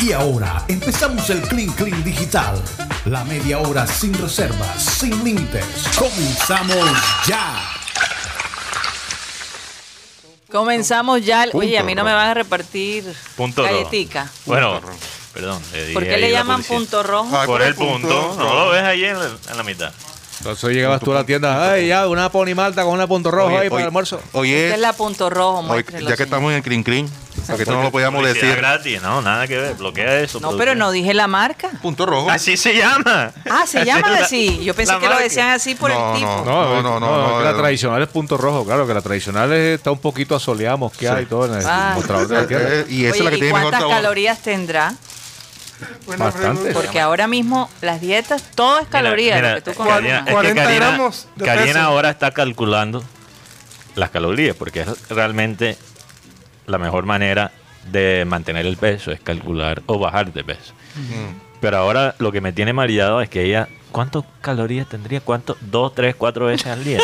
Y ahora empezamos el Clean Clean Digital. La media hora sin reservas, sin límites. Comenzamos ya. Comenzamos ya. el- Oye, a mí no me rojo. van a repartir Punto rojo. galletica. Bueno, Punto rojo. perdón. dije ¿Por qué ahí le la llaman publicidad. punto rojo? Ah, Por el punto. rojo. No lo ves ahí en la, en la mitad. Entonces llegabas tú a la tienda, ay, ya, una pony malta con una punto rojo Oye, ahí para hoy- el almuerzo. Hoy Esta Este es, es la punto rojo, hoy- muéstrelo, ya que señor. estamos en el crin crin, porque esto no lo podíamos Publicidad decir. gratis. No, nada que ver. Bloquea eso. No, pero no producción. dije la marca. Punto rojo. Así se llama. Ah, se Así llama es la- así. Yo pensé la que lo marca. decían así por No, el tipo. No, no, no, eh. no, es que la no. tradicional es punto rojo, claro, que la tradicional es- está un poquito asoleada, mosqueada y todo en el Ah. mostrador de la tienda. Eh, eh, y esa Oye, es la que ¿y tiene mejor cuántas sabor. calorías tendrá? Bastante. Porque ahora mismo las dietas, todo es calorías, Mira, lo que tú comes. mira, Karina, eh, es que 40 Karina- gramos de Karina peso. ahora está calculando las calorías porque es realmente la mejor manera de mantener el peso, es calcular o bajar de peso. Pero ahora lo que me tiene mareado es que ella, ¿cuántas calorías tendría? ¿Cuánto? Dos, tres, cuatro veces al día.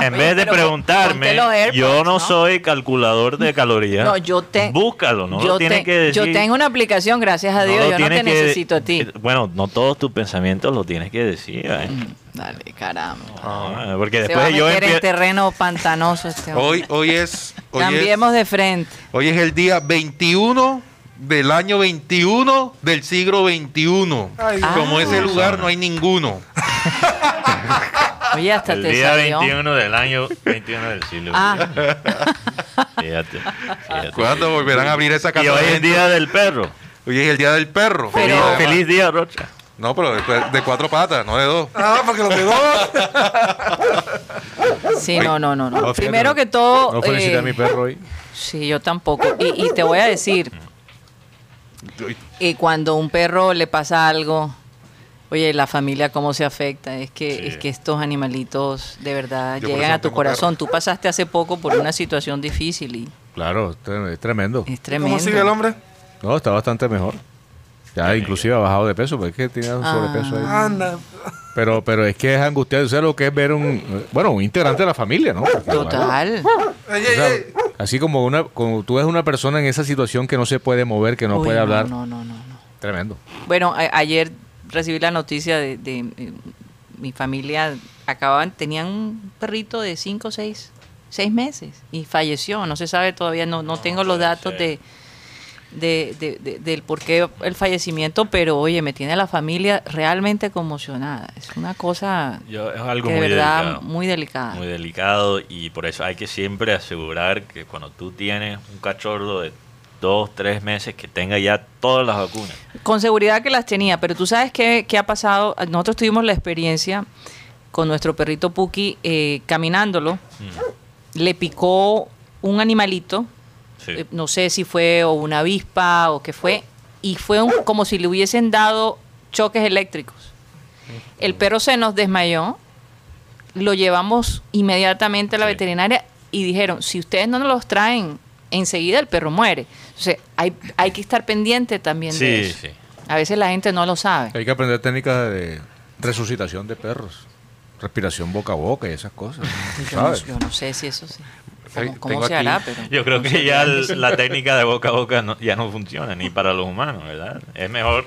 en vez de pero pon- ponte preguntarme, los AirPods, yo no, ¿no? soy calculador de calorías. No, yo te- Búscalo, no lo yo, tiene te- que decir. yo tengo una aplicación, gracias a No Dios, lo yo no te tienes que- necesito a ti. eh, Bueno, no todos tus pensamientos lo tienes que decir. ¿eh? Dale, caramba. Ah, porque Mm. Se va a después yo meter en empie- terreno pantanoso este hombre. Hoy, hoy es, hoy es, Cambiemos de frente. hoy es el día 21 del año 21 del siglo 21. Ay, Como Ah. ese lugar no hay ninguno. Oye, hasta el te día salió. 21 del año 21 del siglo. Ah, Fíjate, fíjate. ¿Cuándo volverán a abrir esa Y casa? hoy es de el gente? día del perro. Hoy es el día del perro. Pero- Además- feliz, feliz día, Rocha. No, pero de, de cuatro patas, no de dos. Ah, porque lo quedó. sí, no, no, no. no. No, fíjate, Primero no- que todo. No felicité eh, a mi perro hoy. Sí, yo tampoco. Y, y te voy a decir, eh, cuando un perro le pasa algo, oye, la familia cómo se afecta. Es que, Sí. es que estos animalitos de verdad Yo por llegan eso a tu tengo corazón. Tú pasaste hace poco por una situación difícil y Claro, es tremendo. es tremendo. ¿Cómo sigue el hombre? No, está bastante mejor. Ya inclusive ha bajado de peso, porque es que tenía un Ah. sobrepeso ahí. Anda. Pero, pero es que es angustiante, ¿sabes lo que es ver un, eh, bueno, un integrante de la familia, ¿no? Porque, bueno, Total. Ey, o ey, sea, ey. así como una, como tú ves una persona en esa situación que no se puede mover, que no Uy, puede hablar, No, no, no, no. tremendo. Bueno, a- ayer recibí la noticia de, de, eh, mi familia. Acababan, tenían un perrito de 5 o 6 meses y falleció. No se sabe todavía, no, no tengo los datos de, de- de- de- del por qué el fallecimiento, pero oye, me tiene a la familia realmente conmocionada. Es una cosa Yo- es algo que de muy verdad ah. delicado. muy delicada. Muy delicado y por eso hay que siempre asegurar que cuando tú tienes un cachorro de dos, tres meses que tenga ya todas las vacunas. Con seguridad que las tenía, pero tú sabes qué, qué ha pasado. Nosotros tuvimos la experiencia con nuestro perrito Puki eh, caminándolo. Le picó un animalito, Mm. Sí. eh, no sé si fue o una avispa o qué fue, y fue un- como si le hubiesen dado choques eléctricos. El perro se nos desmayó, lo llevamos inmediatamente a la Sí. veterinaria y dijeron, si ustedes no nos los traen, enseguida el perro muere. Entonces, hay, hay que estar pendiente también de Sí, eso. sí. A veces la gente no lo sabe. Hay que aprender técnicas de resucitación de perros, respiración boca a boca y esas cosas, Yo no, ¿sabes? yo no sé si eso sí. ¿Cómo, Ay, cómo tengo se aquí- hará? Pero Yo creo no que sé. ya el- la técnica de boca a boca no- ya no funciona, ni para los humanos, ¿verdad? Es mejor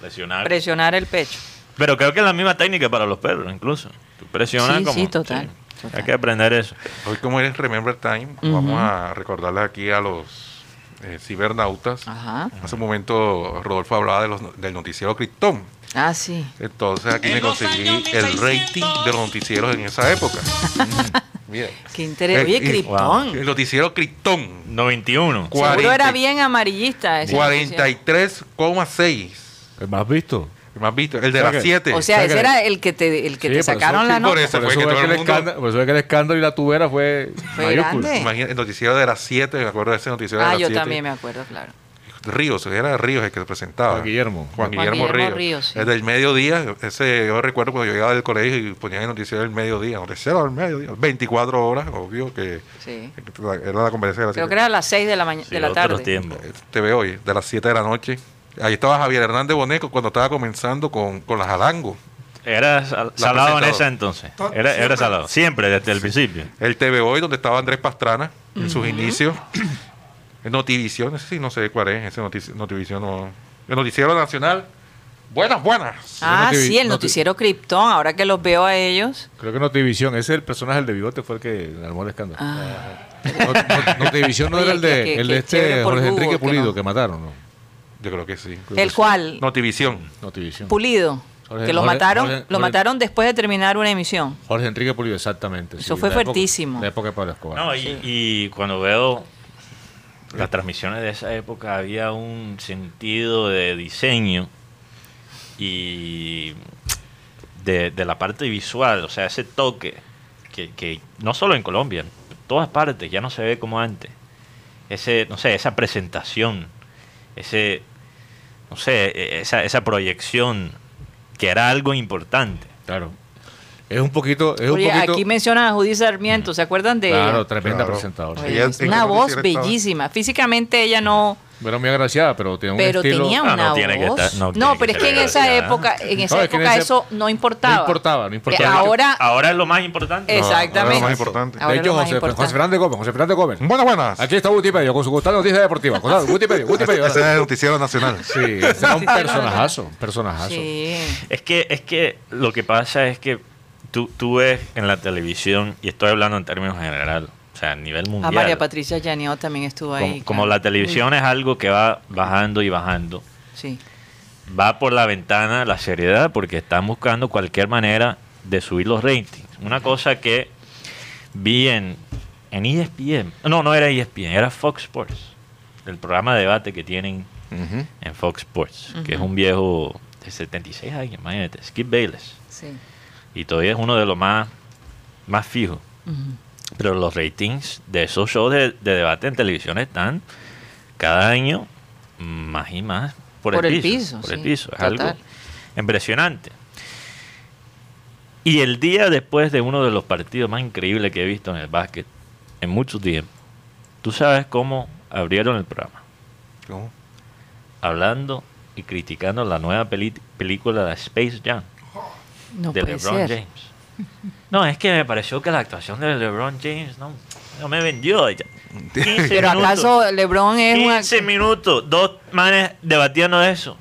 presionar. Presionar el pecho. Pero creo que es la misma técnica para los perros, incluso. Tú presionas Sí, como. sí, total, total. Hay que aprender eso. Hoy como eres Remember Time, vamos a recordarles aquí a los eh, cibernautas. Ajá. Hace un momento Rodolfo hablaba de los no- del noticiero Criptón. Ah, sí. Entonces aquí me conseguí el rating de los noticieros en esa época. Mm, Mira. Qué interesante. Eh, Oye, eh, Criptón. El noticiero Criptón. 91. Seguro 40 era bien amarillista. ese 43,6. Eh, ¿Me has visto? El más visto. El de O sea las que- 7. noticiero. O sea, ese era el que te, el que te Sí, por eso sacaron que la por nota. eso. Por fue eso que ve todo que el el mundo- escándalo- por eso ve que el escándalo y la tubera fue, Fue mayúscula. grande. Imagínate, el noticiero de las 7, me acuerdo de ese noticiero de Ah, las yo 7. también me acuerdo, claro. Ríos, era Ríos el que se presentaba. Juan Guillermo. Juan Juan Guillermo, Guillermo Ríos. Ríos, sí. El del mediodía, ese yo recuerdo cuando yo llegaba del colegio y ponían el noticiero del mediodía, noticiero del mediodía, 24 horas, obvio que Sí. era la conversación de Creo las que era a las 6 de la, mañana Sí, de la otros tarde. tiempos. Te veo hoy, de las 7 de la noche. Ahí estaba Javier Hernández Boneco cuando estaba comenzando con, con las alangos. Era sal- salado en presentadora. ese entonces. To- Era, era siempre. salado. Siempre, desde el principio. El TV Hoy, donde estaba Andrés Pastrana en sus inicios. Notivisión, ese sí no sé cuál es, ese notici- Notivisión no. El Noticiero Nacional. Buenas, buenas. Ah, Notivi- sí, el Noti- noticiero Krypton, ahora que los veo a ellos. Creo que Notivisión, ese es el personaje, el de bigote, fue el que armó el escándalo. Ah, No- no- Notivisión no Oye, era el que- de, que- el de que chévere este por Jorge Google, Enrique que Pulido no. que mataron, ¿no? Yo creo que sí. ¿El cual? Notivisión. Ah, Notivisión. Pulido. Jorge- que lo Jorge- mataron, Jorge- lo Jorge- mataron después de terminar una emisión. Jorge Enrique Pulido, exactamente. Eso sí, fue la época- fuertísimo. la época de Pablo Escobar. No, y, y cuando veo las transmisiones de esa época había un sentido de diseño y de, de la parte visual, o sea, ese toque que, que no solo en Colombia, en todas partes ya no se ve como antes. Ese, no sé, esa presentación, ese, no sé, e- esa, esa proyección que era algo importante. Claro. Es un poquito. Es Oye, un poquito aquí mencionan a Judy Sarmiento, ¿se acuerdan de ella? claro, tremenda Claro. presentadora. Oye, Ella- es ella una no voz quisiera estar- bellísima. Físicamente ella no, Era muy agraciada, pero tenía un pero estilo. tenía Ah, no una voz. tiene que estar- no no, tiene pero es que que en ser esa agraciada. época, en esa No, es que en importaba esa- eso no importaba. No importaba, no importaba. Eh, Ahora, Ahora es lo más importante. exactamente. Ahora lo más importante. Ahora de hecho, lo más José, importante. José Fernández Gómez, José Fernández Gómez. Buenas, buenas. Aquí está Wikipedia con su gustada noticia deportiva. Con Wikipedia, Wikipedia. Ese Este, es el Noticiero Nacional. Sí, era un personajazo, un personajazo. Sí. Es que, es que lo que pasa es que tú, tú ves en la televisión, y estoy hablando en términos general, o sea, a nivel A mundial. Ah, María Patricia Yaniot también estuvo como, ahí. como la televisión es algo que va bajando y bajando, Sí. va por la ventana la seriedad porque están buscando cualquier manera de subir los ratings. Una cosa que vi en, en E ESPN, no, no era E ESPN, era Fox Sports, el programa de debate que tienen Ujú. en Fox Sports, que es un viejo de 76 años, imagínate, Skip Bayless. Sí. y todavía es uno de los más, más fijos. Ujú. Pero los ratings de esos shows de, de debate en televisión están cada año más y más por, Por el, el piso, piso, Por el sí, piso. Es total. algo impresionante. Y el día después de uno de los partidos más increíbles que he visto en el básquet en mucho tiempo, tú sabes cómo abrieron el programa. ¿Cómo? Hablando y criticando la nueva peli- película de Space Jam No de puede LeBron ser. James. No, es que me pareció que la actuación de LeBron James no, no me vendió. Ya. 15 Pero minutos, acaso LeBron es una 15 minutos, dos manes debatiendo eso.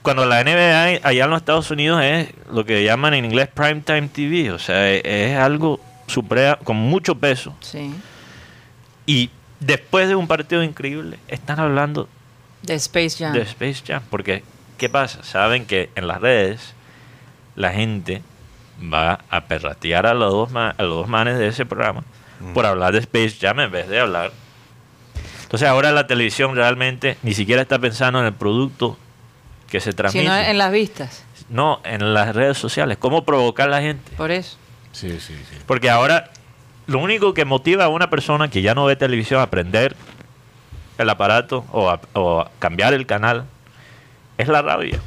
Cuando la NBA allá en los Estados Unidos es lo que llaman en inglés primetime TV, o sea, es, es algo suprea- con mucho peso. Sí. Y después de un partido increíble, están hablando De Space Jam. de Space Jam. Porque, ¿qué pasa? Saben que en las redes la gente va a perratear a los dos, ma- a los dos manes de ese programa por hablar de Space Jam en vez de hablar. Entonces ahora la televisión realmente ni siquiera está pensando en el producto que se transmite. Sino en las vistas. no, en las redes sociales. ¿Cómo provocar a la gente? Por eso. Sí, sí, sí. Porque ahora lo único que motiva a una persona que ya no ve televisión a prender el aparato o a, o a cambiar el canal es la rabia.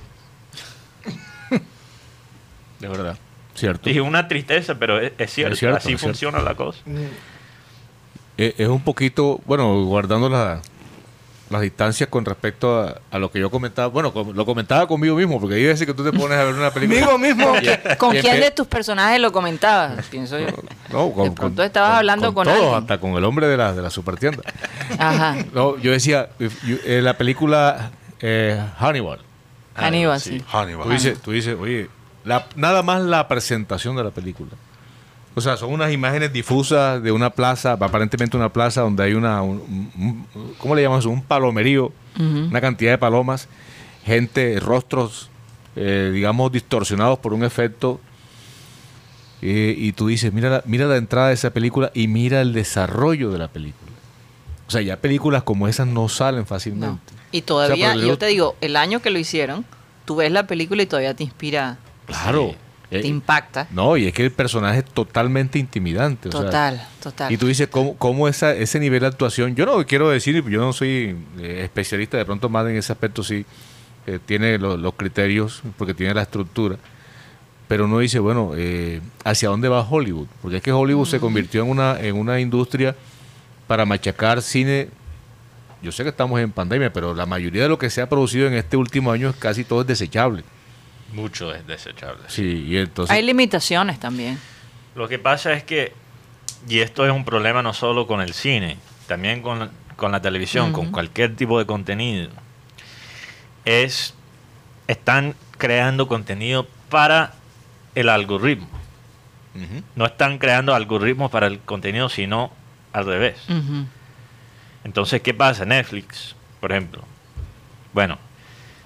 De verdad. Cierto. Dije una tristeza, pero es, es cierto, Es cierto, así es cierto. funciona la cosa. Eh, es un poquito, bueno, guardando la- las distancias con respecto a, a lo que yo comentaba. Bueno, com- lo comentaba conmigo mismo, porque hay veces que tú te pones a ver una película. Conmigo mismo. ¿Con quién de le tus personajes lo comentabas? Pienso yo. No, con, de pronto estabas hablando con todos, alguien. hasta con el hombre de la, de la supertienda. Ajá. No, yo decía, if you- eh, la película eh, Hannibal. Aníbal, sí. Tú Hannibal. dices, tú dices, oye, la- nada más la presentación de la película. O sea, son unas imágenes difusas de una plaza, aparentemente una plaza donde hay una, un- un- un- ¿cómo le llamas? Un palomerío, una cantidad de palomas, gente, rostros, eh, digamos, distorsionados por un efecto. Eh, y tú dices, mira la, mira la entrada de esa película y mira el desarrollo de la película. O sea, ya películas como esas no salen No. fácilmente. Y todavía, O sea, pero yo yo- te digo, el año que lo hicieron, tú ves la película y todavía te inspira, Claro. Eh, te impacta. No, y es que el personaje es totalmente intimidante. o sea, Total, total. y tú dices, ¿cómo, cómo esa, ese nivel de actuación? Yo no quiero decir, yo no soy eh, especialista, de pronto más en ese aspecto sí eh, tiene lo- los criterios, porque tiene la estructura. Pero uno dice, bueno, eh, ¿hacia dónde va Hollywood? Porque es que Hollywood Mm. se convirtió en una, en una industria para machacar cine. Yo sé que estamos en pandemia, pero la mayoría de lo que se ha producido en este último año es casi todo es desechable. Mucho es desechable. Sí, y entonces... Hay limitaciones también. Lo que pasa es que, y esto es un problema no solo con el cine, también con, con la televisión, con cualquier tipo de contenido, es están creando contenido para el algoritmo. No están creando algoritmos para el contenido, sino al revés. Ujú. Entonces, ¿qué pasa? Netflix, por ejemplo. Bueno,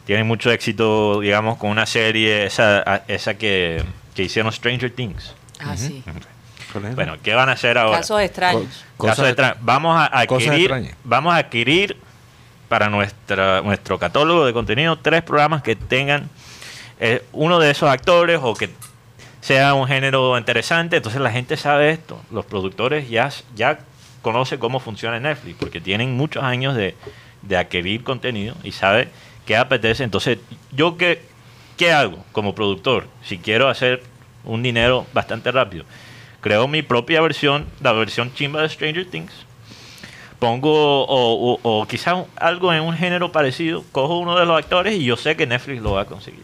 tiene mucho éxito, digamos, con una serie, esa, a- esa que, que hicieron Stranger Things. Ah, sí. Bueno, ¿qué van a hacer ahora? Casos extraños. Casos Cosas- extra- Vamos a cosas adquirir, extrañas. vamos a adquirir para nuestra, nuestro catálogo de contenido tres programas que tengan eh, uno de esos actores o que sea un género interesante. Entonces la gente sabe esto. Los productores ya, s- ya conocen cómo funciona Netflix porque tienen muchos años de, de adquirir contenido y sabe qué apetece. Entonces, ¿yo qué, qué hago como productor si quiero hacer un dinero bastante rápido? Creo mi propia versión, la versión chimba de Stranger Things. Pongo o, o- o quizás un- algo en un género parecido, cojo uno de los actores y yo sé que Netflix lo va a conseguir.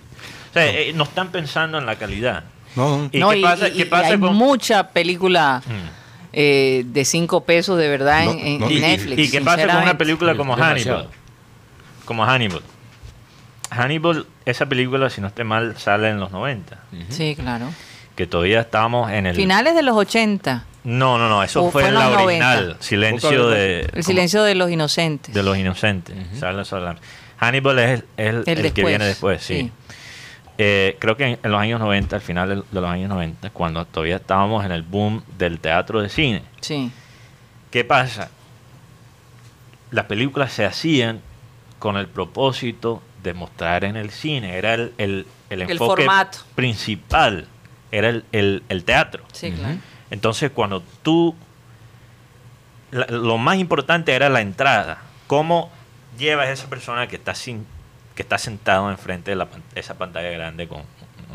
O sea, eh, no están pensando en la calidad. No, no. ¿Y No, qué pasa, qué y pasa hay con- mucha película eh, de cinco pesos de verdad en, No, en no, y- y- Netflix. ¿Y qué pasa con una sinceramente. película como Demasiado. Hannibal? Como Hannibal. Hannibal, esa película, si no esté mal, sale en los 90. Sí, claro. Que todavía estábamos en el... Finales de los 80, No, no, no, eso O fue, fue en en la los original. 90. Silencio de... El ¿cómo? silencio de los inocentes. De los inocentes. Sale eso adelante. Hannibal es el, el- el que después, viene después, sí. sí. Eh, creo que en, en los años 90, al final del- de los años 90, cuando todavía estábamos en el boom del teatro de cine. Sí. ¿Qué pasa? Las películas se hacían con el propósito de mostrar en el cine. Era el, el, el El enfoque formato. principal. Era el, el- el teatro. Sí, claro. Entonces, cuando tú. la- lo más importante era la entrada. ¿Cómo llevas a esa persona que está, sin, que está sentado enfrente de la pan- esa pantalla grande con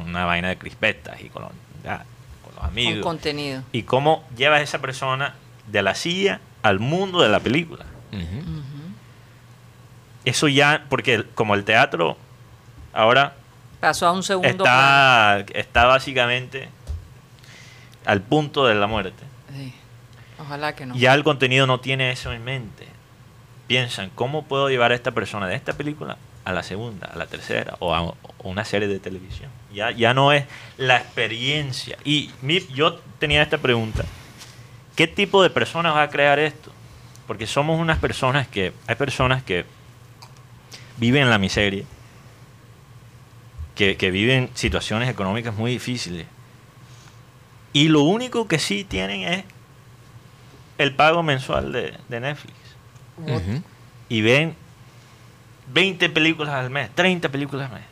una vaina de crispetas y con los, ya, con los Con amigos? contenido. y cómo llevas a esa persona de la silla al mundo de la película. Eso ya, porque el- como el teatro ahora Pasó a un segundo plano. está, está básicamente al punto de la muerte, Sí. Ojalá que no. ya el contenido no tiene eso en mente. Piensan, ¿cómo puedo llevar a esta persona de esta película a la segunda, a la tercera o a o una serie de televisión? Ya, ya no es la experiencia. Y mi- yo tenía esta pregunta. ¿Qué tipo de personas va a crear esto? Porque somos unas personas que, hay personas que viven en la miseria, que, que viven situaciones económicas muy difíciles. Y lo único que sí tienen es el pago mensual de, de Netflix. Y ven 20 películas al mes, 30 películas al mes.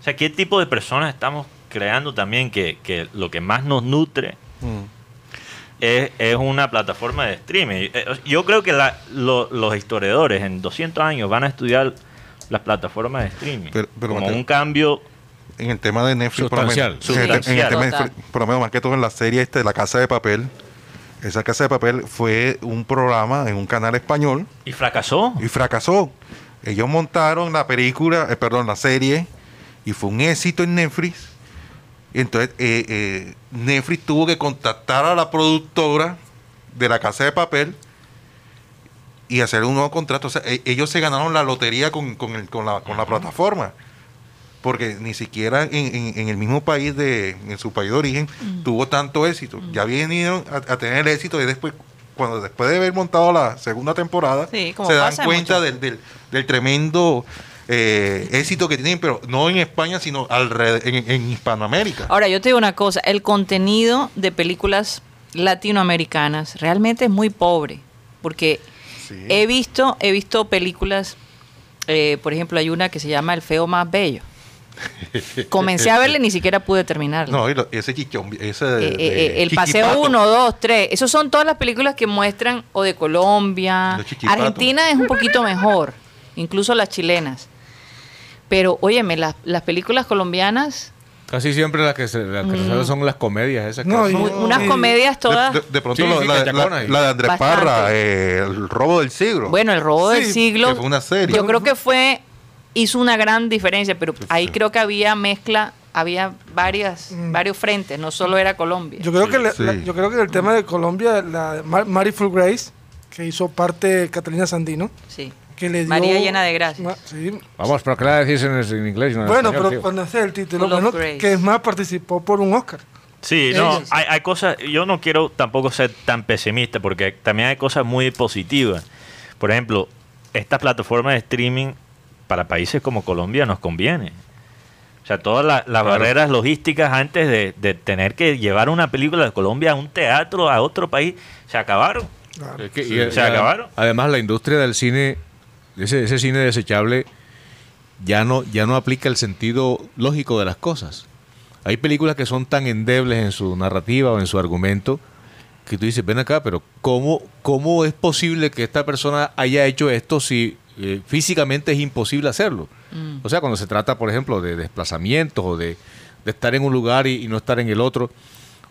O sea, ¿qué tipo de personas estamos creando también que, que lo que más nos nutre Mm. es, es una plataforma de streaming? Eh, o- Yo creo que la- lo- los historiadores en 200 años van a estudiar las plataformas de streaming Pero- pero como Mateo- un cambio En el tema de Netflix, por lo menos. Sustancial. En el te- en el Sustancial. tema de Total. Netflix, por lo menos más que todo en la serie este de La Casa de Papel. Esa Casa de Papel fue un programa en un canal español y fracasó. y fracasó. Ellos montaron la película, eh, perdón, la serie y fue un éxito en Netflix. Entonces, eh, eh, Netflix tuvo que contactar a la productora de la Casa de Papel y hacer un nuevo contrato. O sea, e- ellos se ganaron la lotería con, con el- con la, con la plataforma. Porque ni siquiera en, en- en el mismo país, de, en su país de origen, tuvo tanto éxito. Ya vinieron a, a tener éxito y después, cuando después de haber montado la segunda temporada, Sí, como se dan pasa en cuenta muchos. del, del- del tremendo eh, éxito que tienen, pero no en España, sino alrededor, en, en Hispanoamérica. Ahora, yo te digo una cosa, el contenido de películas latinoamericanas realmente es muy pobre, porque Sí. he visto, he visto películas, eh, por ejemplo, hay una que se llama El feo más bello. Comencé a verla y ni siquiera pude terminarla. No, y lo- ese chichón, ese Eh, de- eh, de eh, el paseo Chiquipato. 1, 2, 3, esas son todas las películas que muestran, o de Colombia, De Chiquipato. Argentina es un poquito mejor, incluso las chilenas. Pero, óyeme, las, las películas colombianas Casi siempre las que se las que se son las comedias esas. que No, hacen. y- Muy- unas y- comedias de- todas. De, de pronto Sí, lo- sí, la, cachacona la- y- la de Andrés Bastante. Parra, eh, el robo del siglo. Bueno, el robo del Sí, siglo. que fue una serie. Yo creo que fue. Hizo una gran diferencia, pero ahí creo que había mezcla, había varias, varios frentes, no solo era Colombia. Mm. Yo creo, que la- Sí. la- yo creo que el tema de Colombia, la Mar- Marry Full Grace, que hizo parte de Catalina Sandino. Sí. Que le dio María llena de gracia. Ma- sí. Vamos, pero ¿qué la decís en, en inglés? y no en Bueno, español, pero tío? cuando hace el título, Full of bueno, grace. que es más, participó por un Oscar. Sí, Sí, no, sí, sí. Hay, hay cosas, yo no quiero tampoco ser tan pesimista porque también hay cosas muy positivas. Por ejemplo, esta plataforma de streaming para países como Colombia nos conviene. O sea, todas la- las barreras logísticas antes de, de tener que llevar una película de Colombia a un teatro, a otro país, se acabaron. Es que- y- Sí. y ¿Se a- acabaron? Además, la industria del cine, ese, ese cine desechable, ya no, ya no aplica el sentido lógico de las cosas. Hay películas que son tan endebles en su narrativa o en su argumento que tú dices, ven acá, pero ¿cómo, cómo es posible que esta persona haya hecho esto si eh, físicamente es imposible hacerlo? O sea, cuando se trata, por ejemplo, de desplazamientos o de, de estar en un lugar y, y no estar en el otro,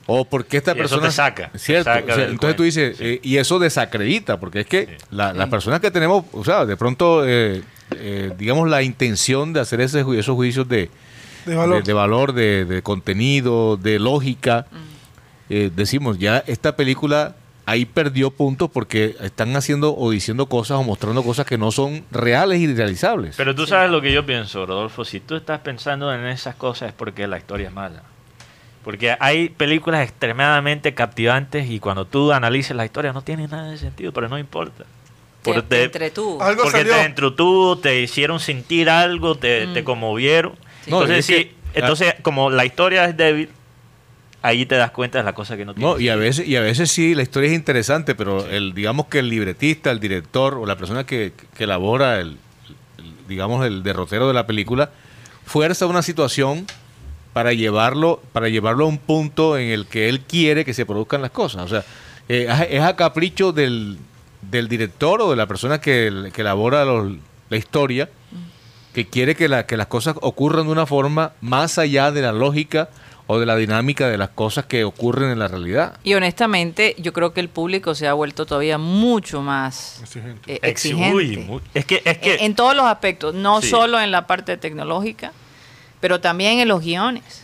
o porque esta Y eso persona... te saca, te Cierto. saca o sea, del entonces cuento, tú dices, sí. eh, y eso desacredita, porque es que la- las personas que tenemos, o sea, de pronto, eh, eh, digamos, la intención de hacer ese, ju- esos juicios de, De valor. de, de valor, de, de contenido, de lógica. eh, decimos, ya esta película ahí perdió puntos porque están haciendo o diciendo cosas o mostrando cosas que no son reales y realizables. Pero tú sabes lo que yo pienso, Rodolfo. Si tú estás pensando en esas cosas es porque la historia es mala. Porque hay películas extremadamente captivantes y cuando tú analices la historia no tiene nada de sentido, pero no importa. Te, Porque- te entretuvo. Algo porque salió. te entretuvo, te hicieron sentir algo, te, Mm. te conmovieron. No, entonces, y es sí, que- ah. entonces como la historia es débil, ahí te das cuenta de la cosa que no tiene. No, y a veces, y a veces sí, la historia es interesante, pero el, digamos que el libretista, el director o la persona que, que elabora el, el- digamos, el derrotero de la película, fuerza una situación para llevarlo, para llevarlo a un punto en el que él quiere que se produzcan las cosas. O sea, eh, a- es a capricho del, del director o de la persona que, que elabora los- la historia que quiere que, la- que las cosas ocurran de una forma más allá de la lógica o de la dinámica de las cosas que ocurren en la realidad. Y honestamente, yo creo que el público se ha vuelto todavía mucho más Exigente. eh, Ex- uy, exigente. Eh, mu- es que, es que En, en todos los aspectos, no Sí. solo en la parte tecnológica, pero también en los guiones.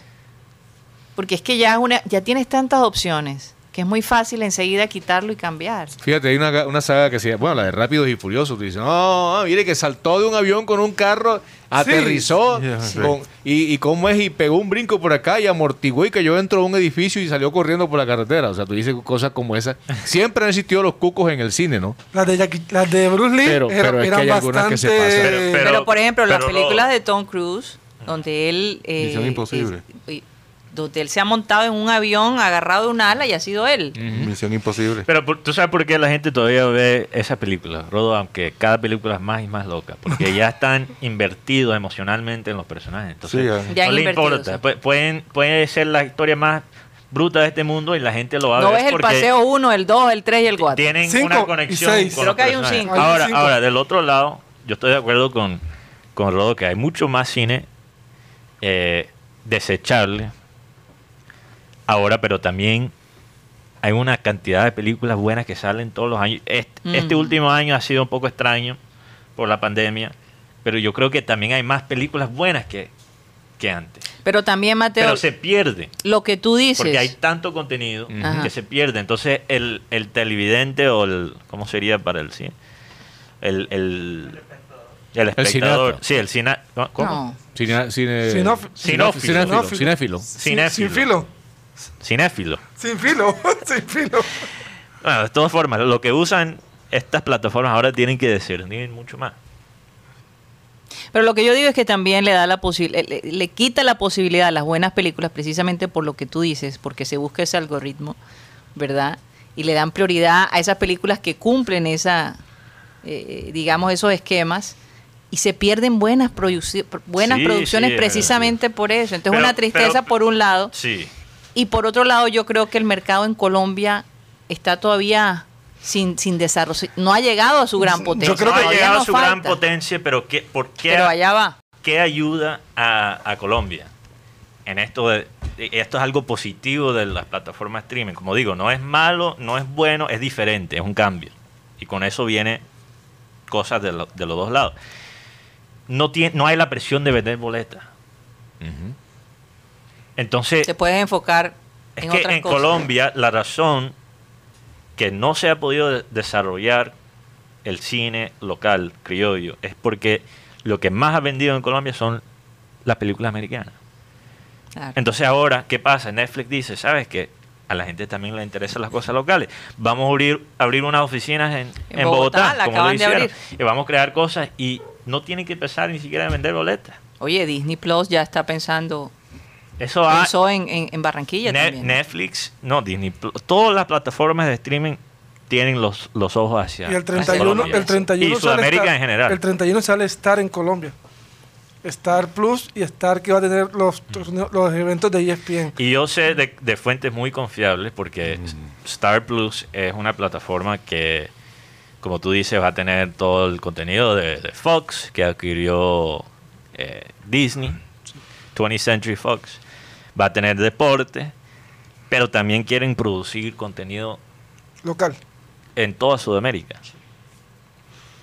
Porque es que ya, es una, ya tienes tantas opciones que es muy fácil enseguida quitarlo y cambiar. Fíjate, hay una, una saga que se llama, bueno, la de Rápidos y Furiosos, tú dices, no, ah, mire que saltó de un avión con un carro, aterrizó, Sí. con- y, y cómo es, y pegó un brinco por acá y amortiguó y cayó dentro de un edificio y salió corriendo por la carretera. O sea, tú dices cosas como esas. Siempre han existido los cucos en el cine, ¿no? Las de, Jackie- las de Bruce Lee Pero- eran, pero es que eran hay algunas bastante... que se pasan. Pero- Pero, por ejemplo, las pero Ah. no- películas de Tom Cruise, donde él... eh, Misión Imposible. es- y- donde él se ha montado en un avión agarrado de un ala y ha sido él. Misión imposible. Pero por- tú sabes por qué la gente todavía ve esa película, Rodo, aunque cada película es más y más loca, porque ya están invertidos emocionalmente en los personajes. Entonces, Sí, ya. Ya no han le invertido, importa. sí. Pu- Pueden, puede ser la historia más bruta de este mundo y la gente lo va a No ver. ves el porque paseo 1, el 2, el 3 y el 4. Tienen Cinco una y conexión. seis. con Creo los que hay un personajes. cinco. Hay un Ahora, cinco. ahora, del otro lado, yo estoy de acuerdo con, con Rodo que hay mucho más cine eh, desechable. Ahora, pero también hay una cantidad de películas buenas que salen todos los años. Este, Mm. este último año ha sido un poco extraño por la pandemia, pero yo creo que también hay más películas buenas que, que antes. Pero también, Mateo, pero se pierde. lo que tú dices... Porque hay tanto contenido Ajá. que se pierde. Entonces, el, el televidente o el. ¿Cómo sería para el cine? El. El, el espectador. cineasta. sí, el cine. ¿Cómo? No. Cine, cine- Sinof- Cinéfilo. Cinéfilo. cinéfilo. Cinéfilo. Sin- Cinéfilo. Sin Cinéfilo. filo. Sin filo. sin filo. Bueno, de todas formas, lo que usan estas plataformas ahora tienen que discernir mucho más. Pero lo que yo digo es que también le da la posi- le, le- le quita la posibilidad a las buenas películas precisamente por lo que tú dices, porque se busca ese algoritmo, ¿verdad? Y le dan prioridad a esas películas que cumplen esa, eh, digamos, esos esquemas y se pierden buenas produci- buenas Sí, producciones sí, es verdad. precisamente por eso. Entonces Pero- una tristeza pero- por un lado Sí. y por otro lado yo creo que el mercado en Colombia está todavía sin, sin desarrollo, no ha llegado a su gran potencia. Yo creo no que ha todavía llegado a nos su gran falta, potencia, pero ¿qué, ¿por qué Pero allá va. ¿qué ayuda a, a Colombia en esto de, esto es algo positivo de las plataformas streaming como digo no es malo no es bueno es diferente es un cambio y con eso viene cosas de, lo- de los dos lados no tiene no hay la presión de vender boletas entonces se pueden enfocar es en Eh, que otras en cosas. Colombia la razón que no se ha podido de- desarrollar el cine local criollo es porque lo que más ha vendido en Colombia son las películas americanas. Claro. Entonces ahora, ¿qué pasa? Netflix dice, ¿sabes qué? A la gente también le interesan las cosas locales. Vamos a abrir, abrir unas oficinas en, En en Bogotá, Bogotá, la como acaban lo de hicieron. abrir. Y vamos a crear cosas y no tienen que empezar ni siquiera a vender boletas. Oye, Disney Plus ya está pensando, Eso ha, pensó en, en- en Barranquilla Ne- también. Netflix, no, Disney Plus, todas las plataformas de streaming tienen los, los ojos hacia Y el hacia 31, Colombia. el 31 y Sudamérica sale en general. El 31 sale Star en Colombia. Star Plus y Star que va a tener los, Mm. torneos- los eventos de E ESPN. y yo sé de, de fuentes muy confiables porque Star Plus es una plataforma que, como tú dices, va a tener todo el contenido de, de Fox que adquirió eh, Disney, 20th Century Fox. Va a tener deporte, pero también quieren producir contenido Local. en toda Sudamérica.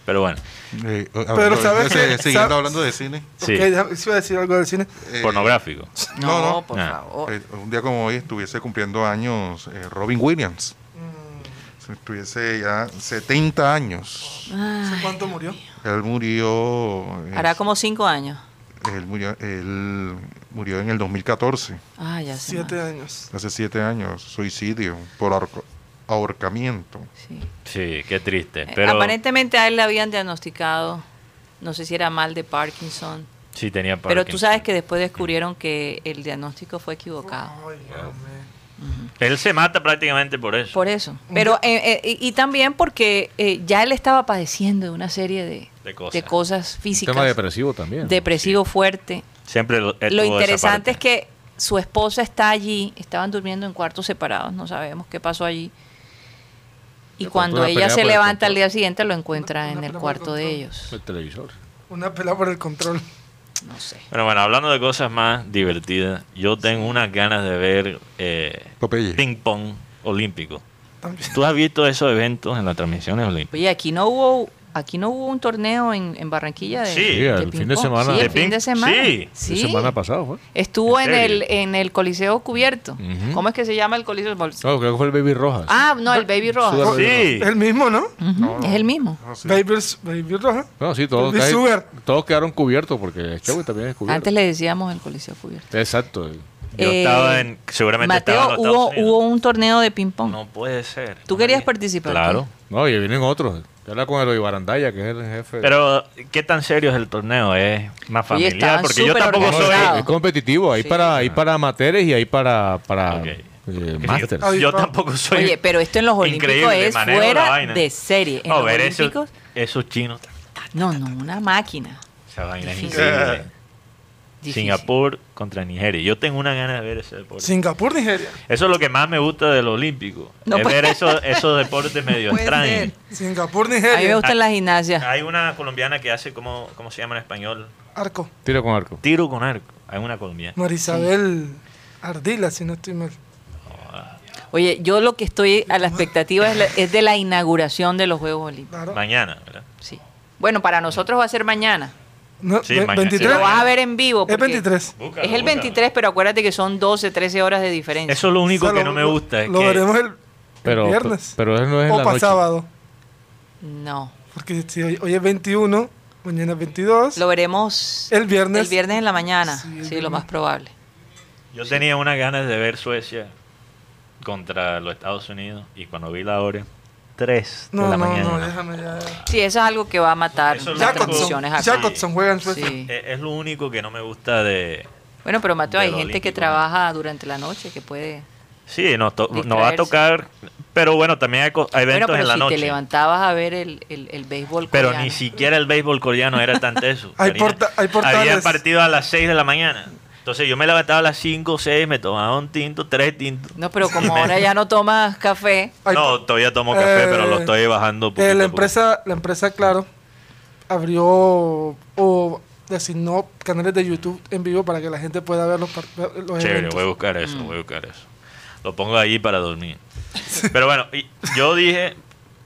Pero bueno, Eh, o- Pero hablando- ¿sabes eh, qué? Siguiendo ¿Sabes? hablando de cine. sí. Ok, déjame- sí voy a decir algo del cine. eh, pornográfico. No, no, no. por Ah, favor. eh, un día como hoy estuviese cumpliendo años eh, Robin Williams. Mm. Si Estuviese ya 70 años. ¿Hace cuánto murió? Él murió. eh, Hará como cinco años. él murió, él murió en el 2014, Ah, ya sé. Siete años. hace 7 años. Suicidio por ahorco- ahorcamiento. Sí. Sí, qué triste. Eh, Pero Aparentemente a él le habían diagnosticado, no sé si era mal de Parkinson, sí tenía pero tú Parkinson. sabes que después descubrieron que el diagnóstico fue equivocado. Ay, amén. Él se mata prácticamente por eso. Por eso. Pero eh, eh, y, y también porque eh, ya él estaba padeciendo de una serie de, De cosas. Un físicas. tema depresivo también. depresivo fuerte. Siempre lo, él Lo tuvo esa interesante es parte. que su esposa está allí, estaban durmiendo en cuartos separados, no sabemos qué pasó allí. Y De pronto cuando una ella pelea se por el levanta control. al día siguiente lo encuentra Una- en una el pelea por el cuarto de control. ellos. El televisor. Una pelada por el control. No sé. Pero bueno, hablando de cosas más divertidas, yo tengo unas ganas de ver eh, Popeye. ping pong olímpico. También. ¿Tú has visto esos eventos en las transmisiones olímpicas? Oye, aquí no hubo aquí no hubo un torneo en, en Barranquilla de, Sí, el ping fin de pong. semana. Sí, ¿De el fin ping? de semana. Sí. La Sí. semana pasada fue. Estuvo ¿En en el serio? en el Coliseo cubierto. Ujú. ¿Cómo es que se llama el Coliseo? No, creo que fue el Baby Rojas. Ah, no, el Baby Rojas. Sugar- Sí. El mismo, ¿no? Ujú, Es el mismo. Ah, sí. Baby, Baby Roja. No, sí, todos, El Big casi- Sugar. todos quedaron cubiertos porque el show también es cubierto. Antes le decíamos el Coliseo cubierto. Exacto. Yo Eh, estaba en. Seguramente estaba Mateo, en los hubo, Estados hubo Unidos. un torneo de ping-pong. No puede ser. ¿Tú No querías sabía. participar? Claro. No, y vienen otros. Yo hablaba con el Barandaya, que es el jefe. Pero, ¿qué tan serio es el torneo? Es más Oye, familiar. estaban Porque yo súper tampoco soy. organizados. es, es competitivo. Hay Sí. para hay para amateurs y hay para, para Ah. Ok. eh, Porque masters. Yo, yo Ay, no. tampoco soy. Oye, pero esto en los Olímpicos increíble, es manejo la fuera vaina. de serie. En No, los ver eso- Olímpicos, esos chinos. no, no, una máquina. Esa vaina es Difícil. increíble. Difícil. Singapur contra Nigeria. Yo tengo una gana de ver ese deporte. Singapur, Nigeria. Eso es lo que más me gusta del olímpico. No es puede- ver esos, esos deportes medio Puede extraños. Singapur, A mí me Nigeria. Ah. gustan las gimnasias. Hay una colombiana que hace, como, ¿cómo se llama en español? Arco. Tiro con arco. Tiro con arco. Hay una colombiana. Marisabel Ardila, si no estoy mal. Oye, yo lo que estoy a la expectativa es, la- es de la inauguración de los Juegos Olímpicos. Claro. Mañana, ¿verdad? Sí. Bueno, para nosotros va a ser mañana. No, Sí, ve- mañana. Pero lo 23. vas a ver en vivo. Es porque 23. Búscalo, Es el búscalo. 23, pero acuérdate que son 12, 13 horas de diferencia. Eso es lo único O sea, que lo- no me lo- gusta. Es Lo que veremos el, el Pero, viernes. pero eso no es en o la para noche. sábado. No. Porque si hoy, hoy es 21, mañana es 22. Lo veremos el viernes. el viernes en la mañana. Sí, el sí lo viernes. más probable. yo tenía unas ganas de ver Suecia contra los Estados Unidos. Y cuando vi la hora, 3 de No, la no, mañana. no, déjame ya. Sí, eso es algo que va a matar Eso es lo las que- transmisiones Jacobson, acá. Jacobson pues. juega en Suecia. Sí. Es- es lo único que no me gusta de, Bueno, pero Mateo, De hay lo gente que olímpico, ¿no? trabaja durante la noche, que puede... Sí, nos, to- nos va a Distraerse. tocar, pero bueno, también hay, co- hay Bueno, eventos pero en la si noche. te levantabas a ver el, el, el béisbol pero coreano. ni siquiera el béisbol coreano era tan teso. Hay Tenía- porta- hay Había portales. partido a las 6 de la mañana. Entonces yo me levantaba a las 5 o 6, me tomaba un tinto, tres tintos. No, pero como ahora ya no tomas café, Hay- no, todavía tomo café, Eh, pero lo estoy bajando poquito eh, la a poquito. empresa, la empresa Claro abrió o designó canales de YouTube en vivo para que la gente pueda ver los, par- los Chévere, eventos. voy a buscar eso, voy a Mm. buscar eso. Lo pongo ahí para dormir. Pero bueno, y- yo dije,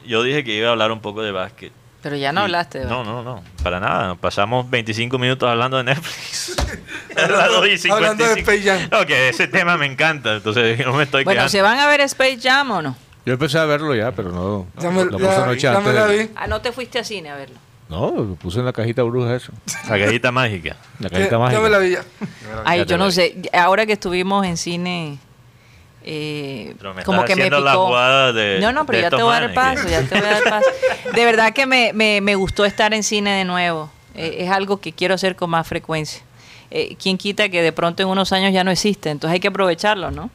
yo dije que iba a hablar un poco de básquet. pero ya no Y- hablaste. de No, no, no, para nada. Pasamos 25 minutos hablando de Netflix. A las Hablando- 2 y 55. hablando de Space Jam. No, que ese tema me encanta, entonces yo me estoy bueno, quedando. ¿se van a ver Space Jam o no? Yo empecé a verlo ya, pero no. Ya me, lo ya- puse anoche ya antes me la de- vi. Ah, no te fuiste a cine a verlo. No, lo puse en la cajita bruja eso. La cajita mágica. La Ya, cajita ya mágica. me la vi ya. Ay, Ya te yo la no vi. sé. Ahora que estuvimos en cine, eh, Pero me como estás que me haciendo la picó. jugada de- no, no, de pero ya estos te voy a dar el manes paso, que- ya te voy a dar el paso. De verdad que me, me- me gustó estar en cine de nuevo. Eh, es algo que quiero hacer con más frecuencia. Eh, ¿Quién quita que de pronto en unos años ya no existe? Entonces hay que aprovecharlo, ¿no?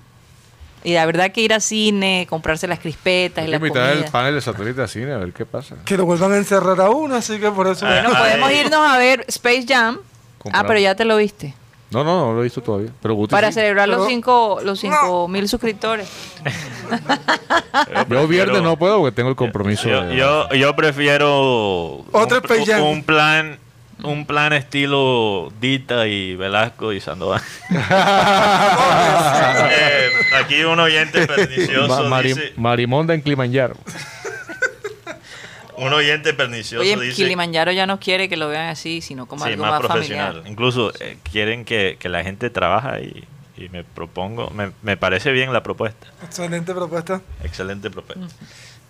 Y la verdad que ir a cine, comprarse las crispetas y Hay que la invitar el comida. panel de satélite a cine a ver qué pasa. Que lo vuelvan a encerrar a uno, así que por eso. Bueno, Ay. podemos irnos a ver Space Jam. Ah, Compramos. pero ya te lo viste. No, no, no lo he visto todavía. Pero Guti Para sí. celebrar los Pero- cinco, los cinco mil suscriptores. Yo viernes Pero- no puedo porque tengo el compromiso. Yo, de- yo, yo prefiero Otro un, Space Jam. un plan un plan estilo Dita y Velasco y Sandoval. Eh, aquí un oyente Ma- pernicioso Mari- dice, Marimonda en Kilimanjaro. un oyente pernicioso Oye, dice Kilimanjaro ya no quiere que lo vean así, sino como Sí, algo más, más, profesional. familiar. Incluso eh, quieren que, que la gente trabaja y, y me propongo, me, me parece bien la propuesta. Excelente propuesta. Excelente propuesta.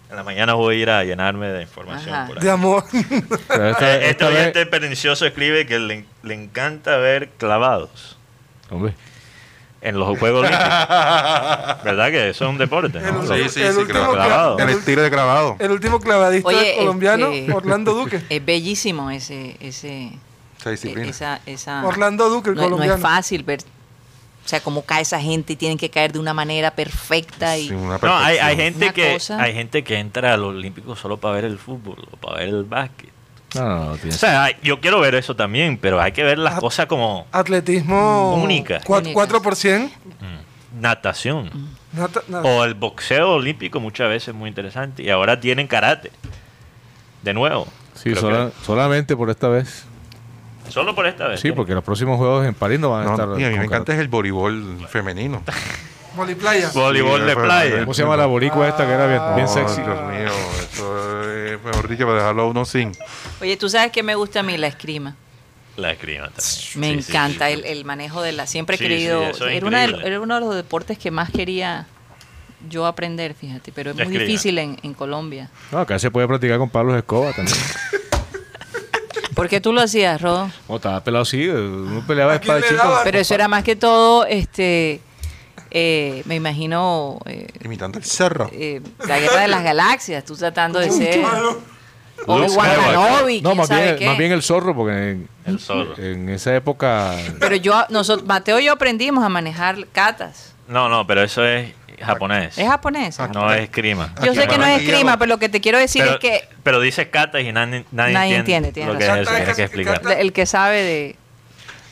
En la mañana voy a ir a llenarme de información Mm. Ajá. por ahí. De amor. Pero esta- Eh, este esta vez- oyente pernicioso escribe que le, le encanta ver clavados Hombre, en los Juegos Olímpicos. ¿Verdad que eso es un deporte? ¿no? El- Los- Sí, sí, el sí, último Eh, grabado. cla- El el- estilo de grabado. el último clavadista Oye, colombiano, este- Orlando Duque. Es bellísimo ese, ese, e, Esa disciplina. esa, esa. Orlando Duque, el Ah. no, es- no colombiano. es fácil ver, o sea, cómo cae esa gente y tienen que caer de una manera perfecta y Sí, una No, hay, hay perfección. gente Una que, cosa. hay gente que entra a los Olímpicos solo para ver el fútbol o para ver el básquet. no, no, no, O tienes- sea, hay- yo quiero ver eso también, pero hay que ver las Ah. cosas como Atletismo. Mm, Única. cua- Única. 4%. natación. Nata- na- O el boxeo olímpico muchas veces es muy interesante. Y ahora tienen karate. De nuevo. Sí, Creo que- sola- solamente por esta vez. solo por esta vez. Sí, porque los próximos juegos en París no van a No, estar. y a mí con me encanta cara- es el voleibol femenino. Oh. Voliplaya. Voleibol Sí, de fue- playa. ¿Cómo se llama la boricua esta que era bien, bien No, sexy? Ah, Dios mío, eso es mejor dicho para dejarlo a uno sin. Oye, tú sabes que me gusta a mí la esgrima. La esgrima Me también. Sí, sí, encanta sí. el, el manejo de la. Siempre he Sí, querido. sí, eso es era, una de- increíble. era uno de los deportes que más quería yo aprender, fíjate, pero es La muy esgrima. difícil en, en Colombia. No, acá se puede practicar con Pablo Escoba también. ¿Por qué tú lo hacías, Rodo? No, estaba pelado así, uno peleaba de ¿A espada quién de le chico. daba? Pero eso era más que todo, este, eh, me imagino, eh, Imitando el cerro. eh, la guerra de las galaxias, tú tratando de ser Claro. o de Luke Skywalker. Wananobi, No, quién más sabe bien, qué. más bien el zorro, porque en, El zorro. en esa época. Pero yo, nosotros, Mateo y yo aprendimos a manejar catas. No, no, pero eso es japonés. Es japonés. es Ah, No es esgrima. japonés. Yo sé que no es esgrima, pero lo que te quiero decir pero, es que pero dices catas y nadie, nadie, Nadie entiende, entiende, tienes lo que razón. es eso. Tienes que Catas, explicar. catas. el que sabe de,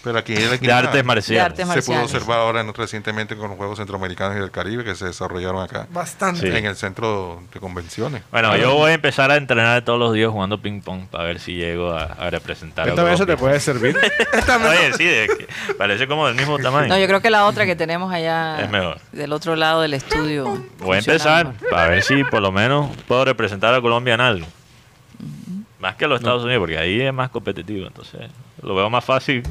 Pero aquí en la De esquina artes marciales. De artes se pudo marciales. observar ahora en- recientemente con los Juegos Centroamericanos y del Caribe que se desarrollaron acá Bastante. Sí. en el centro de convenciones. Bueno, yo voy a empezar a entrenar todos los días jugando ping pong para ver si llego a, a representar. a Esta vez eso te Colombia. puede servir. Oye, sí, de que parece como del mismo tamaño. No, yo creo que la otra que tenemos allá Es mejor. del otro lado del estudio. Voy a funciona empezar mejor. para ver si por lo menos puedo representar a Colombia en algo. Más que a los Estados Unidos, porque ahí es más competitivo. Entonces, lo veo más fácil.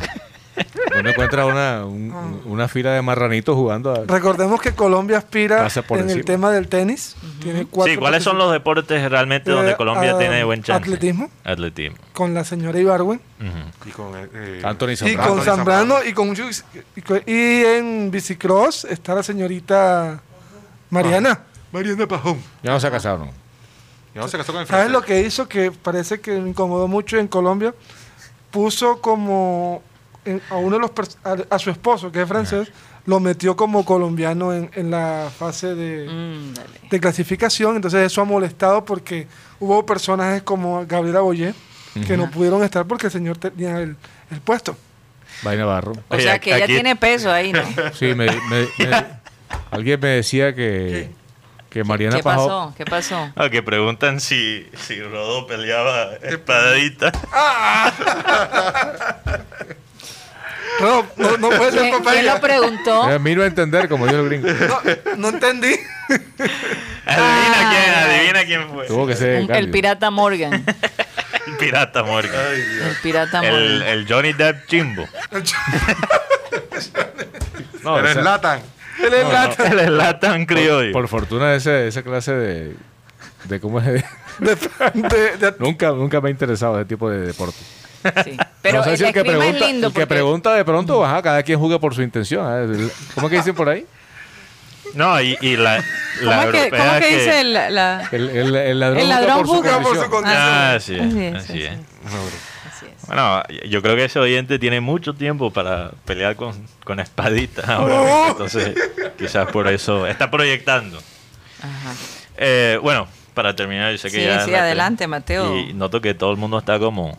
Uno encuentra una, un- una fila de marranitos jugando a. Recordemos que Colombia aspira Pasa por en el encima. tema del tenis. Tiene cuatro sí, ¿cuáles son los deportes realmente Eh, donde Colombia ah, tiene buen chance? atletismo. Atletismo. participantes Con la señora Ibarwen. Ujú. Y con, eh, eh, Anthony Y Y Zambrano. con Zambrano. Y, con, y con- y en bicicross está la señorita Mariana. Mariana Pajón. Ya no se ha casado, ¿no? Y no se casó con el ¿Sabes francés. lo que hizo que parece que me incomodó mucho en Colombia? Puso como en- a uno de los pers- a, a su esposo, que es francés, lo metió como colombiano en, en la fase de, Mm, dale. de clasificación. Entonces eso ha molestado porque hubo personajes como Gabriela Boyé que no pudieron estar porque el señor tenía el, el puesto. Vaina Barro. O Oye, sea que ella aquí- tiene peso ahí, ¿no? Sí, me, me- me- alguien me decía que, que Mariana ¿Qué Pajón. pasó? ¿Qué pasó? Ah, que preguntan si, si Rodó peleaba espadadita. Ah. Rob, no, no puede ser ¿Quién, papá. quién lo preguntó? Eh, miro a entender, como dijo el gringo. No, no entendí. Adivina quién, Ah. adivina quién fue. Tuvo que ser. Un- el cambio. pirata Morgan. El pirata Morgan. El pirata El, Morgan. el Johnny Depp chimbo. No, Pero esa- es Latan. Él es lata El Zlatan criollo. Por fortuna, ese, esa clase de. de ¿Cómo es? de, de- de- nunca, nunca me ha interesado ese tipo de deporte. eh, Sí. Pero no sé el, si el que, esgrima pregunta, es lindo el que porque pregunta de pronto, ajá, cada quien juega por su intención. ¿eh? El- ¿Cómo que dicen por ahí? No, y, y la, la ¿Cómo es que, europea cómo es que dice la, la- El, el- el ladrón, El ladrón juega por su condición. condición. Ah, sí, Así es, así así es. Así es. Bueno, yo creo que ese oyente tiene mucho tiempo para pelear con, con espaditas ahora Oh. mismo, Entonces, quizás por eso está proyectando. Ajá. Eh, bueno, para terminar, yo sé que Sí, ya. sí, la- adelante, Mateo. Y noto que todo el mundo está como.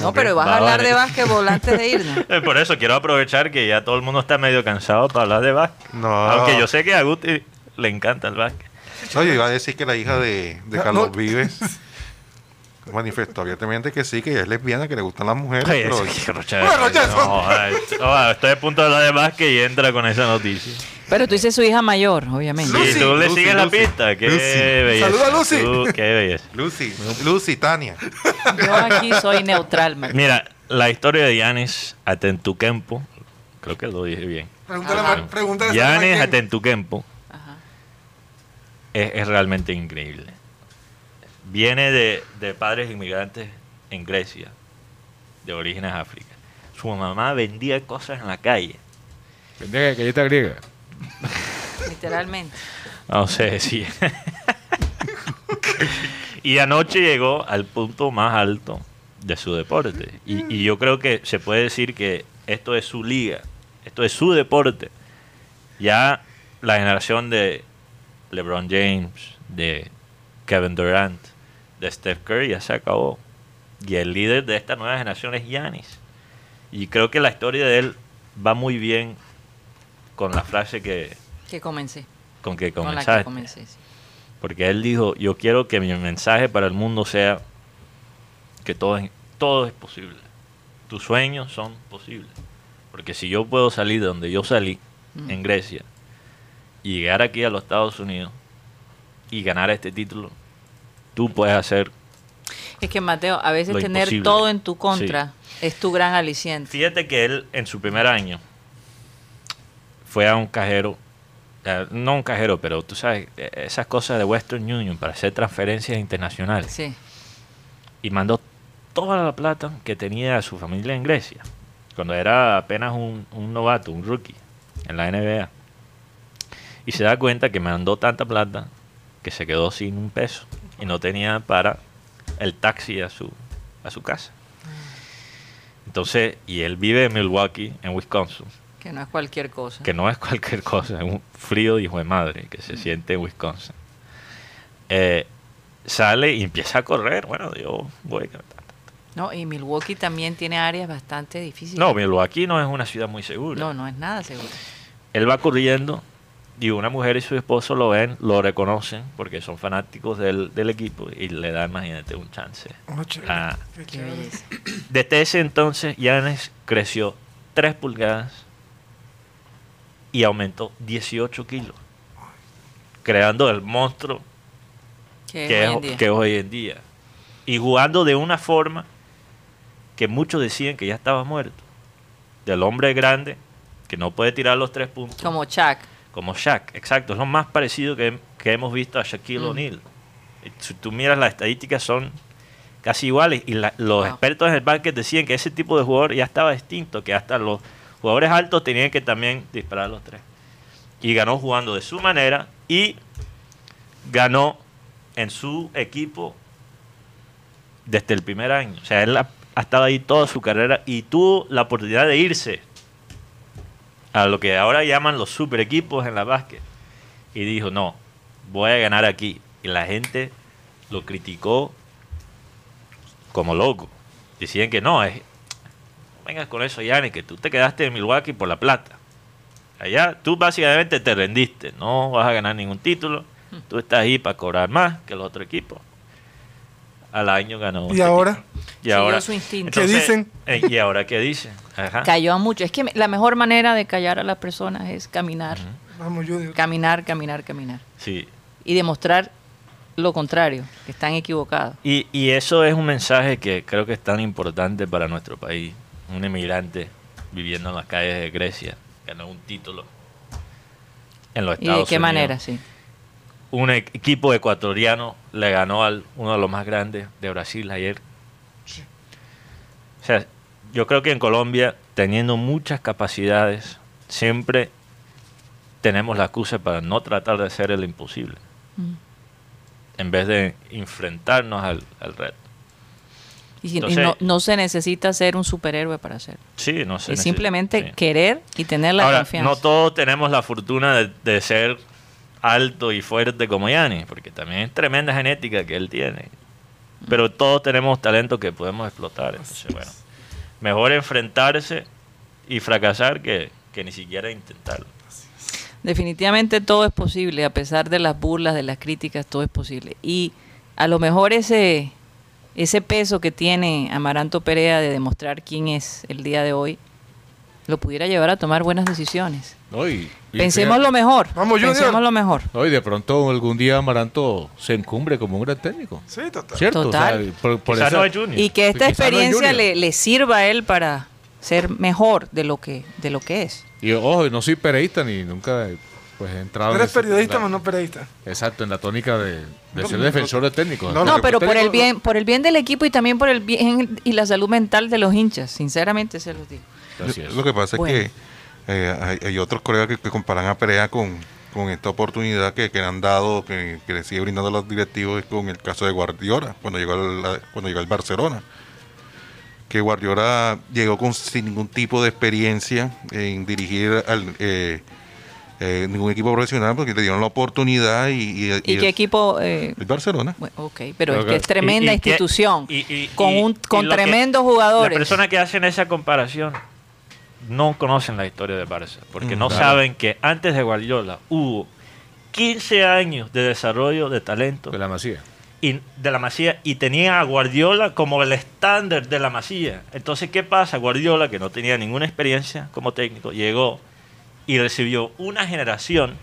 No, pero que vas va a a hablar de valer. básquetbol antes de irnos. Eh, Por eso quiero aprovechar que ya todo el mundo está medio cansado para hablar de básquet. No. Aunque yo sé que a Guti le encanta el básquet. No, yo iba a decir que la hija de, de No, Carlos no. Vives manifestó abiertamente que sí, que ella es lesbiana, que le gustan las mujeres. Pues, Ay, pero- ese- qué rocha de- Bueno, ya no, son- ay, no, estoy a punto de hablar de básquet y entra con esa noticia. Pero tú dices su hija mayor, obviamente. Lucy, y tú le Lucy, sigues la Lucy. pista. Qué Lucy. belleza. Saluda a Lucy. Tú, qué belleza. Lucy, Lucy, Tania. Yo aquí soy neutral, man. Mira, la historia de Yanis Atentuquempo, creo que lo dije bien. Pregúntale, a- pregúntale a Yanis Samantha quién. Atentuquempo es, es realmente increíble. Viene de, de padres inmigrantes en Grecia, de orígenes África. Su mamá vendía cosas en la calle. Vendía galleta griega. Literalmente. No sé si. y anoche llegó al punto más alto de su deporte. Y, y yo creo que se puede decir que esto es su liga, esto es su deporte. Ya la generación de LeBron James, de Kevin Durant, de Steph Curry ya se acabó. Y el líder de esta nueva generación es Giannis. Y creo que la historia de él va muy bien con la frase que, Que comencé. con que Con la que comenzaste. comencé. sí. Porque él dijo, yo quiero que mi mensaje para el mundo sea que todo es, todo es posible. Tus sueños son posibles. Porque si yo puedo salir de donde yo salí, en Grecia, y llegar aquí a los Estados Unidos y ganar este título, tú puedes hacer... Es que, Mateo, a veces Lo tener imposible. todo en tu contra es tu gran aliciente. Fíjate que él en su primer año fue a un cajero, eh, no un cajero, pero tú sabes, eh, esas cosas de Western Union para hacer transferencias internacionales. Sí. y mandó toda la plata que tenía a su familia en Grecia, cuando era apenas un, un novato, un rookie en la NBA. Y se da cuenta que mandó tanta plata que se quedó sin un peso y no tenía para el taxi a su, a su casa. Entonces, y él vive en Milwaukee, en Wisconsin, Que no es cualquier cosa. que no es cualquier cosa, es un frío de hijo de madre que se siente en Wisconsin. Eh, sale y empieza a correr. Bueno, yo voy. ta, ta, ta. No, y Milwaukee también tiene áreas bastante difíciles. No, Milwaukee no es una ciudad muy segura. no, no es nada seguro. Él va corriendo y una mujer y su esposo lo ven, lo reconocen porque son fanáticos del, del equipo y le dan, imagínate, un chance. Oh, chévere, Ah, qué Qué chévere. belleza. desde ese entonces, Yanes creció 3 pulgadas y aumentó 18 kilos, creando el monstruo Qué que, buen es, día. que es hoy en día. Y jugando de una forma que muchos decían que ya estaba muerto. Del hombre grande que no puede tirar los tres puntos. Como Chuck. Como Shaq, exacto. Es lo más parecido que, que hemos visto a Shaquille O'Neal. Y Si tú miras las estadísticas son casi iguales. Y la- los Wow. expertos en el básquet decían que ese tipo de jugador ya estaba extinto. Que hasta los jugadores altos tenían que también disparar los tres. Y ganó jugando de su manera. Y ganó en su equipo desde el primer año. O sea, él ha, ha estado ahí toda su carrera y tuvo la oportunidad de irse a lo que ahora llaman los super equipos en la básquet. Y dijo, no, voy a ganar aquí. Y la gente lo criticó como loco. Decían que no, es, no vengas con eso, Yanni, que tú te quedaste en Milwaukee por la plata. Allá tú básicamente te rendiste, no vas a ganar ningún título. Hmm. Tú estás ahí para cobrar más que el otro equipo. Al año ganó. Y este ahora, y Siguió ahora su instinto. ¿Qué dicen? eh, ¿Y ahora qué dicen? Ajá. Cayó a mucho. Es que me- la mejor manera de callar a las personas es caminar, vamos, Junior. caminar, caminar, caminar. Sí. Y demostrar lo contrario, que están equivocados. Y, y eso es un mensaje que creo que es tan importante para nuestro país. Un emigrante viviendo en las calles de Grecia ganó un título en los ¿Y de Estados qué Unidos. manera? Sí. Un e- equipo ecuatoriano le ganó al uno de los más grandes de Brasil ayer. O sea, yo creo que en Colombia, teniendo muchas capacidades, siempre tenemos la excusa para no tratar de hacer el imposible. Mm. En vez de enfrentarnos al, al reto. Y, si- y Entonces- no, no se necesita ser un superhéroe para hacerlo. Sí, no sé. es necesi- simplemente sí. querer y tener la Ahora, confianza. no todos tenemos la fortuna de, de ser alto y fuerte como Yanni, porque también es tremenda genética que él tiene. Mm. Pero todos tenemos talento que podemos explotar. Entonces, bueno, mejor enfrentarse y fracasar que, que ni siquiera intentarlo. Definitivamente todo es posible, a pesar de las burlas, de las críticas, todo es posible. Y a lo mejor ese, ese peso que tiene Amaranto Perea de demostrar quién es el día de hoy, lo pudiera llevar a tomar buenas decisiones. No, y- y Pensemos fíjate- lo mejor. Vamos, Junior. pensemos lo mejor. no, y de pronto algún día Amaranto se encumbre como un gran técnico. Sí, total. ¿Cierto? Total. O sea, por, por Quizá esa- no es Junior. Y que esta Quizá no es experiencia Junior. le, le sirva a él para ser mejor de lo que, de lo que es. Y ojo, no soy periodista ni nunca pues, he entrado. en Eres ese- periodista, la- pero no periodista. Exacto, en la tónica de, de No, ser no, defensor de técnicos. no, Porque No, pero por el técnicos- bien, por el bien del equipo y también por el bien y la salud mental de los hinchas, sinceramente se los digo. Así es. Lo que pasa Bueno. es que eh, hay, hay otros colegas que, que comparan a Perea con, con esta oportunidad que, que le han dado, que, que le sigue brindando a los directivos, es con el caso de Guardiola, cuando llegó al, la- cuando llegó al Barcelona. Que Guardiola llegó con, sin ningún tipo de experiencia en dirigir al, eh, eh, ningún equipo profesional porque le dieron la oportunidad ¿Y y, y- y qué el- equipo? eh, el Barcelona. Bueno, Ok, pero Pero es que- que es tremenda Y- y que- institución. y- y- con y- un, y con lo que- tremendos jugadores. Las personas que hacen esa comparación no conocen la historia de Barça, porque Mm, no claro. saben que antes de Guardiola hubo 15 años de desarrollo de talento De la Masía. y- de la Masía y tenía a Guardiola como el estándar de la Masía. Entonces, ¿qué pasa? Guardiola, que no tenía ninguna experiencia como técnico, llegó y recibió una generación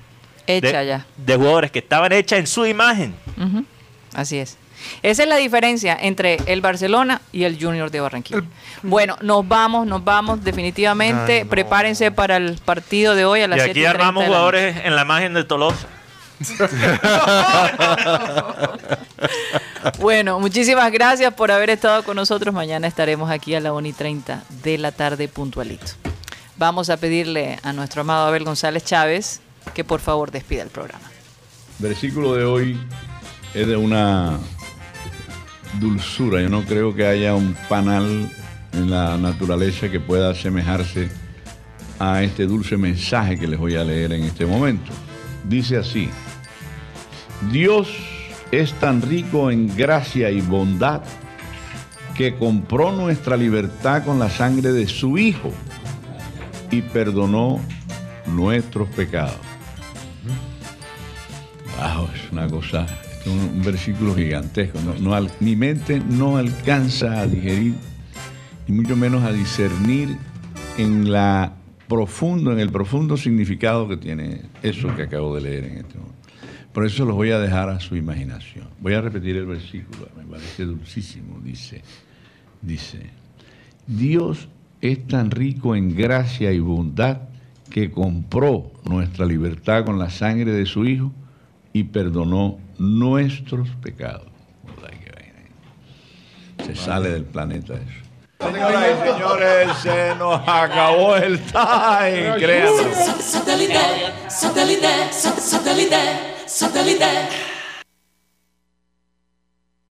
Hecha de, ya. de jugadores que estaban hechas en su imagen. Ujú, Así es. Esa es la diferencia entre el Barcelona y el Junior de Barranquilla. Bueno, nos vamos, nos vamos definitivamente. Ay, no. Prepárense para el partido de hoy a las y 7 aquí armamos jugadores en la imagen de Tolosa. Bueno, muchísimas gracias por haber estado con nosotros. Mañana estaremos aquí a la 1 y 30 de la tarde puntualito. Vamos a pedirle a nuestro amado Abel González Chávez que por favor despida el programa. versículo de hoy es de una dulzura. Yo no creo que haya un panal en la naturaleza que pueda asemejarse a este dulce mensaje que les voy a leer en este momento. Dice así, Dios es tan rico en gracia y bondad que compró nuestra libertad con la sangre de su Hijo y perdonó nuestros pecados. Wow, es una cosa, es un, un versículo gigantesco. No, no al- mi mente no alcanza a digerir, y mucho menos a discernir en la profundo, en el profundo significado que tiene eso que acabo de leer en este momento. Por eso los voy a dejar a su imaginación. Voy a repetir el versículo, me parece dulcísimo. Dice, dice, Dios es tan rico en gracia y bondad que compró nuestra libertad con la sangre de su Hijo y perdonó nuestros pecados. Joder, qué vaina. Se sale del planeta eso. Señoras y señores, se nos acabó el time, créanlo. satellite, satellite, satellite, satellite, satellite.